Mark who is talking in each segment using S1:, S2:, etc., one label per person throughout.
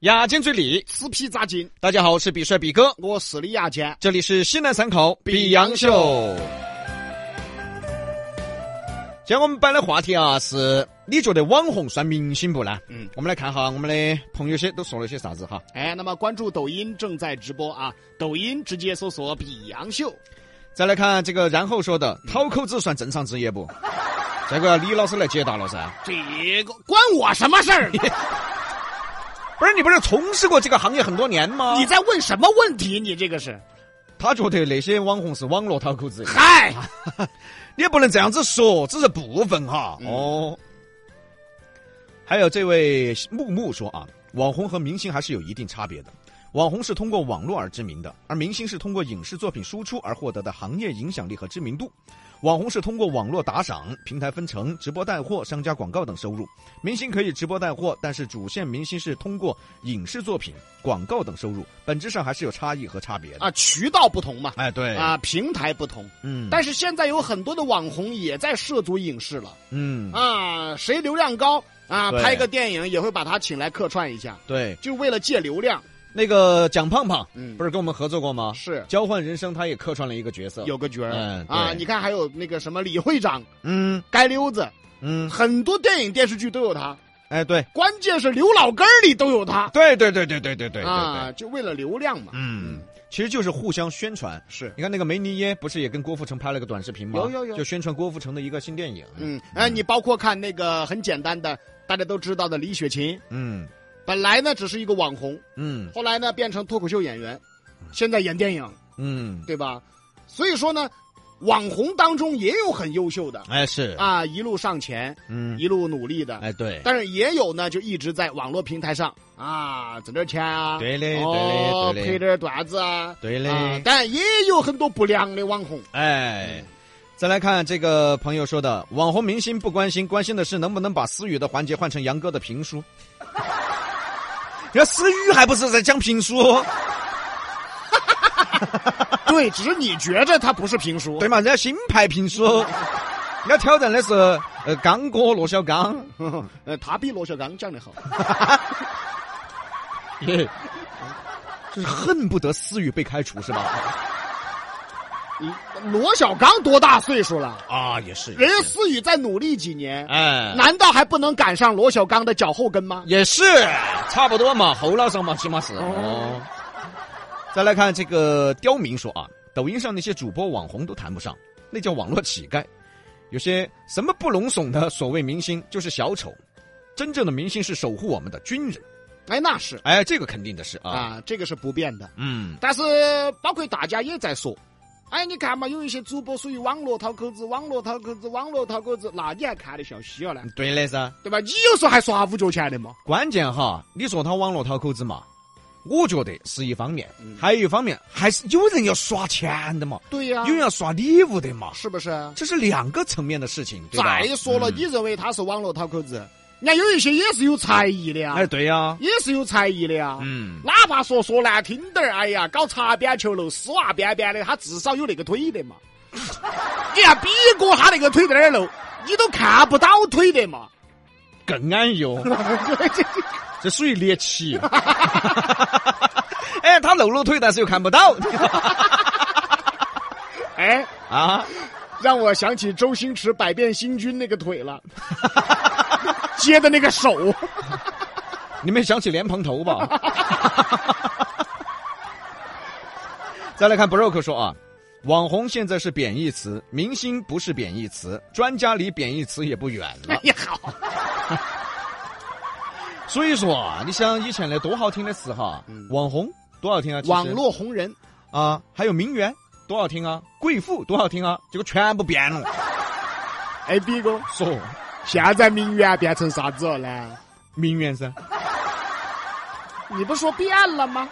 S1: 牙尖嘴利，
S2: 死皮扎筋。
S1: 大家好，我是比帅比哥，
S2: 我是李牙尖，
S1: 这里是西南三口比洋秀。今天我们摆的话题啊，是你觉得网红算明星不呢？
S2: 嗯
S1: 嗯，我们来看哈，我们的朋友些都说了些啥子哈？
S2: 哎，那么关注抖音正在直播啊，抖音直接搜索“比洋秀
S1: 再来看这个，然后说的讨口子算正常职业不？这个李老师来解答了噻。”，
S2: 这个关我什么 事儿？
S1: 不是你不是从事过这个行业很多年吗？
S2: 你在问什么问题？你这个是？
S1: 他觉得那些网红是网络讨口子，
S2: 嗨，
S1: 你也不能这样子说，只是部分哈。
S2: 嗯
S1: 哦，还有这位木木说啊，网红和明星还是有一定差别的。网红是通过网络而知名的，而明星是通过影视作品输出而获得的行业影响力和知名度。网红是通过网络打赏、平台分成、直播带货、商家广告等收入；明星可以直播带货，但是主线明星是通过影视作品、广告等收入，本质上还是有差异和差别的。
S2: 啊，渠道不同嘛，
S1: 哎， 对，
S2: 啊，平台不同。
S1: 嗯，
S2: 但是现在有很多的网红也在涉足影视了
S1: 嗯，
S2: 啊，谁流量高啊，
S1: 对
S2: 拍个电影也会把他请来客串一下，
S1: 对，
S2: 就为了借流量。
S1: 那个蒋胖胖。
S2: 嗯，
S1: 不
S2: 是
S1: 是跟我们合作过吗？
S2: 是
S1: 交换人生，他也客串了一个角色。
S2: 有个角儿、
S1: 嗯
S2: 啊，
S1: 对
S2: 你看还有那个什么李会长、
S1: 嗯
S2: 街溜子，
S1: 嗯，
S2: 很多电影电视剧都有他，
S1: 哎，对
S2: 关键是刘老根儿里都有他
S1: 对对对对对对对对对，
S2: 啊，就为了流量嘛。
S1: 嗯，其实就是互相宣传。
S2: 是，
S1: 你看那个梅尼耶不是也跟郭富城拍了个短视频吗？
S2: 有有有
S1: 就宣传郭富城的一个新电影。
S2: 嗯，哎，你包括看那个很简单的，大家都知道的李雪琴，
S1: 嗯
S2: 本来呢只是一个网红，
S1: 嗯
S2: 后来呢变成脱口秀演员，现在演电影，
S1: 嗯，
S2: 对吧？所以说呢，网红当中也有很优秀的
S1: 哎是，
S2: 啊，一路上前，
S1: 嗯
S2: 一路努力的，
S1: 哎对，
S2: 但是也有呢，就一直在网络平台上啊，挣点钱啊，
S1: 对嘞
S2: 哦，
S1: 对嘞对嘞
S2: 拍点段子啊，
S1: 对嘞
S2: 啊但也有很多不良的网红，
S1: 哎。再来看这个朋友说的，网红明星不关心，关心的是能不能把思雨的环节换成杨哥的评书。 人家思雨还不是在讲评书？
S2: 对，只是你觉着他不是评书，
S1: 对嘛，人家新派评书，人家挑战的是呃刚哥罗小刚，
S2: 呃，他比罗小刚讲的好，
S1: 就是恨不得思雨被开除是吧？
S2: 嗯罗小刚多大岁数 了？
S1: 啊，也是，
S2: 人家思雨再努力几年，
S1: 哎，
S2: 难道还不能赶上罗小刚的脚后跟吗？
S1: 也是差不多嘛，后脑勺嘛，起码是。
S2: 哦
S1: 哦，再来看这个刁民说啊，抖音上那些主播网红都谈不上，那叫网络乞丐。有些什么不拢怂的所谓明星就是小丑，真正的明星是守护我们的军人。
S2: 哎，那是
S1: 哎，这个肯定的是啊，
S2: 啊，这个是不变的。
S1: 嗯，
S2: 但是包括大家也在说，哎，你看嘛，有一些主播属于网络讨口子，网络讨口子，网络讨口子，那你还看得笑嘻了呢，
S1: 对的噻。
S2: 对吧？你有时候还耍下五角钱的嘛？
S1: 关键哈，你说他网络讨口子嘛，我觉得是一方面，
S2: 嗯
S1: 还有一方面还是有人要刷钱的嘛，
S2: 对呀、
S1: 有人要刷礼物的嘛，
S2: 是不是？
S1: 这是两个层面的事情，对吧？
S2: 再说了，
S1: 嗯
S2: 你认为他是网络讨口子，人家有一些也是有才艺的呀，
S1: 哎，对呀，
S2: 也是有才艺的呀。
S1: 嗯，
S2: 哪怕说说难听点儿，哎呀，搞擦边球楼、丝袜边边的，他至少有那个腿 的嘛。你看比哥他那个腿在那儿露，你都看不到腿 的嘛。
S1: 更安逸 哦，这属于猎奇。 哎，他露露腿，但是又看不到
S2: 哎，
S1: 啊！
S2: 让我想起周星驰《百变星君》那个 腿了，接的那个手。
S1: 你们想起莲蓬头吧？ 再来看 Broke 说啊，网红现在是贬义词，明星不是贬义词，专家离贬义词也不远
S2: 哎
S1: 了。
S2: 呀，好，
S1: 所以说啊，你想以前的多好听的词哈，网红多好听啊，其实
S2: 嗯网络红人，
S1: 啊，还有名媛多好听啊，贵妇多好听啊，结果全部变了。
S2: 哎，比哥，
S1: 说
S2: 现在名媛变成啥子了呢？
S1: 名媛噻，
S2: 你不说变了吗？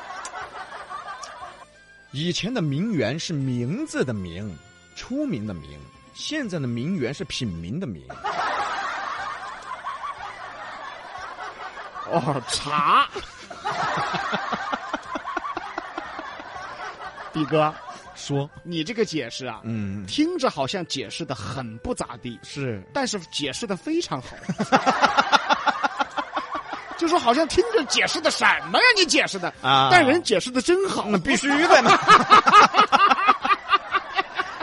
S1: 以前的名媛是名字的名，出名的名，现在的名媛是品名的名。
S2: 哦， 茶。比哥，
S1: 说，
S2: 你这个解释啊，
S1: 嗯，
S2: 听着好像解释的很不咋地，
S1: 是
S2: 但是解释的非常好。 就说好像听着解释的什么呀？你解释的
S1: 啊
S2: 但人解释的真好。
S1: 那必须的 嘛，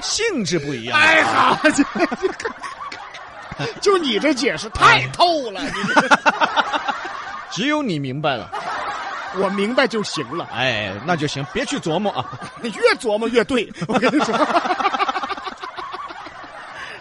S1: 性质不一样。
S2: 哎呀， 这就你这解释太
S1: 啊
S2: 透了，你这
S1: 只有你明白了，
S2: 我明白就行了。
S1: 哎，那就行，别去琢磨啊。
S2: 你越琢磨越对，我跟你 说。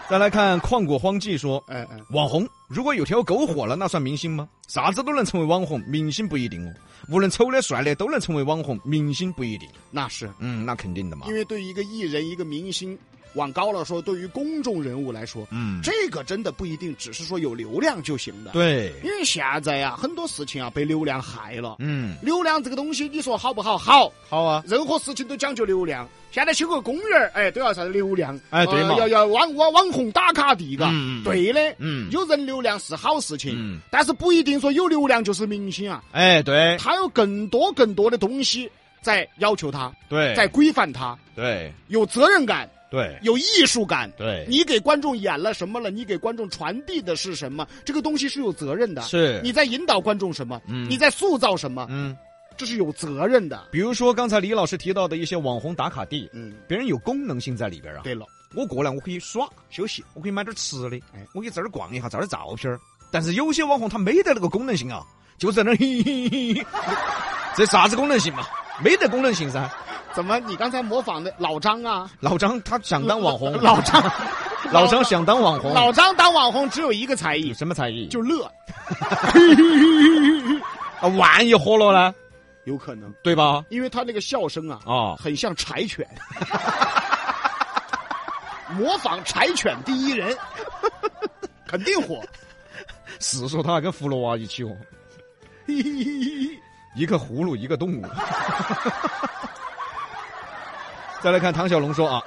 S1: 再来看旷古荒寂说，
S2: 嗯嗯，
S1: 网红如果有条狗火了，那算明星吗？啥子都能成为网红，明星不一定哦。无论丑的帅的都能成为网红，明星不一定。
S2: 那是
S1: 嗯，那肯定的嘛
S2: 因。为对于一个艺人、一个明星，往高了说，对于公众人物来说，
S1: 嗯，
S2: 这个真的不一定只是说有流量就行的。，
S1: 对，
S2: 因为现在呀、很多事情啊被流量害了。
S1: 嗯，
S2: 流量这个东西，你说好不好？好，
S1: 好啊，
S2: 任何事情都讲究流量。现在修个公园儿，哎，都要啥子流量？
S1: 哎对嘛
S2: 呃要要网网网红打卡地，嘎、
S1: 嗯嗯嗯
S2: 对的，
S1: 嗯
S2: 有人流量是好事情，
S1: 嗯
S2: 但是不一定说有流量就是明星啊，
S1: 哎，对
S2: 他有更多更多的东西在要求他，
S1: 对
S2: 在规范他，
S1: 对
S2: 有责任感，
S1: 对
S2: 有艺术感。
S1: 对，
S2: 你给观众演了什么了？你给观众传递的是什么？这个东西是有责任的。
S1: 是
S2: 你在引导观众什么？
S1: 嗯
S2: 你在塑造什么？
S1: 嗯，
S2: 这是有责任的。
S1: 比如说刚才李老师提到的一些网红打卡地，
S2: 嗯，
S1: 别人有功能性在里边啊。
S2: 对了，
S1: 我过来我可以耍休息，我可以买点吃的
S2: 哎，
S1: 我可以在这儿逛一下，照点照片儿。但是有些网红他没得那个功能性啊，就在那儿 嘿嘿嘿嘿，这啥子功能性嘛？没得功能性噻。
S2: 怎么你刚才模仿的老张啊？
S1: 老张他想当网红，
S2: 老张，
S1: 老张想当网红，哎
S2: 老张当网红只有一个才艺，
S1: 什么才艺？
S2: 就乐，
S1: 啊，万一火了呢，
S2: 有可能，
S1: 对吧？
S2: 因为他那个笑声啊，
S1: 啊，
S2: 很像柴犬， 模仿柴犬第一人， 肯定火。
S1: 是说他还跟葫芦娃一起 哦，一个葫芦一个动物。 再来看唐小龙说啊，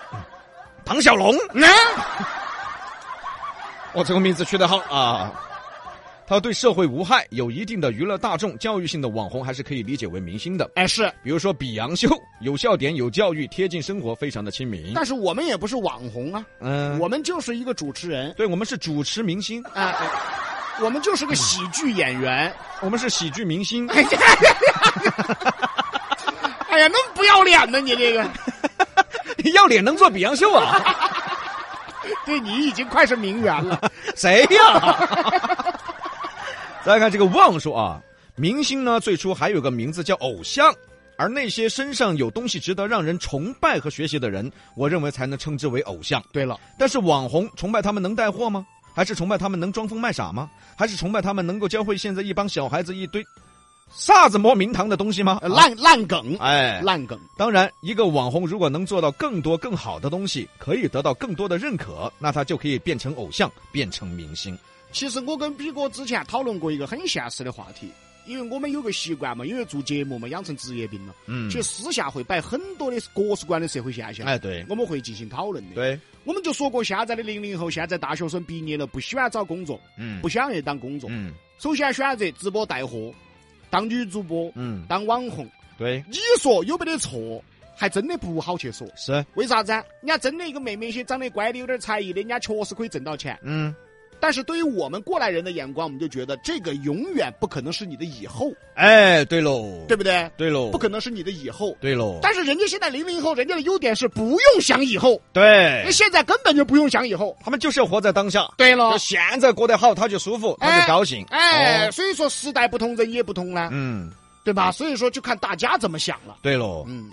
S1: 唐小龙。
S2: 啊，
S1: 我这个名字取得好啊！他对社会无害，有一定的娱乐大众教育性的网红，还是可以理解为明星的。
S2: 哎是，
S1: 比如说比洋秀，有笑点，有教育，贴近生活，非常的亲民。
S2: 但是我们也不是网红啊，
S1: 嗯，
S2: 我们就是一个主持人
S1: 对我们是主持明星，
S2: 啊、哎我们就是个喜剧演员。
S1: 我们是喜剧明星。
S2: 哎呀，哎呀，那么不要脸呢，你这个，
S1: 要脸能做比洋秀啊？
S2: 对你已经快是名媛了。
S1: 谁呀？ 再来看这个旺说啊，明星呢最初还有个名字叫偶像，而那些身上有东西值得让人崇拜和学习的人，我认为才能称之为偶像。
S2: 对了，
S1: 但是网红崇拜他们能带货吗？还是崇拜他们能装疯卖傻吗？还是崇拜他们能够教会现在一帮小孩子一堆啥子摸名堂的东西吗？
S2: 呃烂烂梗，
S1: 哎，
S2: 烂梗，
S1: 当然，一个网红如果能做到更多更好的东西，可以得到更多的认可，那他就可以变成偶像，变成明星。
S2: 其实我跟比哥之前讨论过一个很现实的话题，因为我们有个习惯嘛，因为做节目嘛，养成职业病了，
S1: 嗯
S2: 其实私下会摆很多的各式各样的社会现象。
S1: 哎，对
S2: 我们会进行讨论的。，
S1: 对，
S2: 我们就说过，现在的零零后，现在大学生毕业了，不喜欢找工作，
S1: 嗯
S2: 不想去当工作，
S1: 嗯
S2: 首先选择直播带货，当女主播，
S1: 嗯，
S2: 当网红。
S1: 对，
S2: 你说有没得错？还真的不好去说，
S1: 是，
S2: 为啥子啊？人家真的一个妹妹些长得乖的，有点才艺的，人家确实可以挣到钱。
S1: 嗯，
S2: 但是对于我们过来人的眼光，我们就觉得这个永远不可能是你的以后，
S1: 哎，对喽，
S2: 对不对？
S1: 对喽，
S2: 不可，能是你的以后。
S1: 对喽，
S2: 但是人家现在零零后，人家的优点是不用想以后，
S1: 对
S2: 人，现在根本就不用想以后。
S1: 他们就是要活在当下。
S2: 对了
S1: 就，现在过得好，他就舒服，他就高兴。
S2: 哎，
S1: 哦，
S2: 所以说时代不同，人也不同呢，
S1: 嗯。
S2: 对吧？所以说就看大家怎么想了。
S1: 对喽。
S2: 嗯。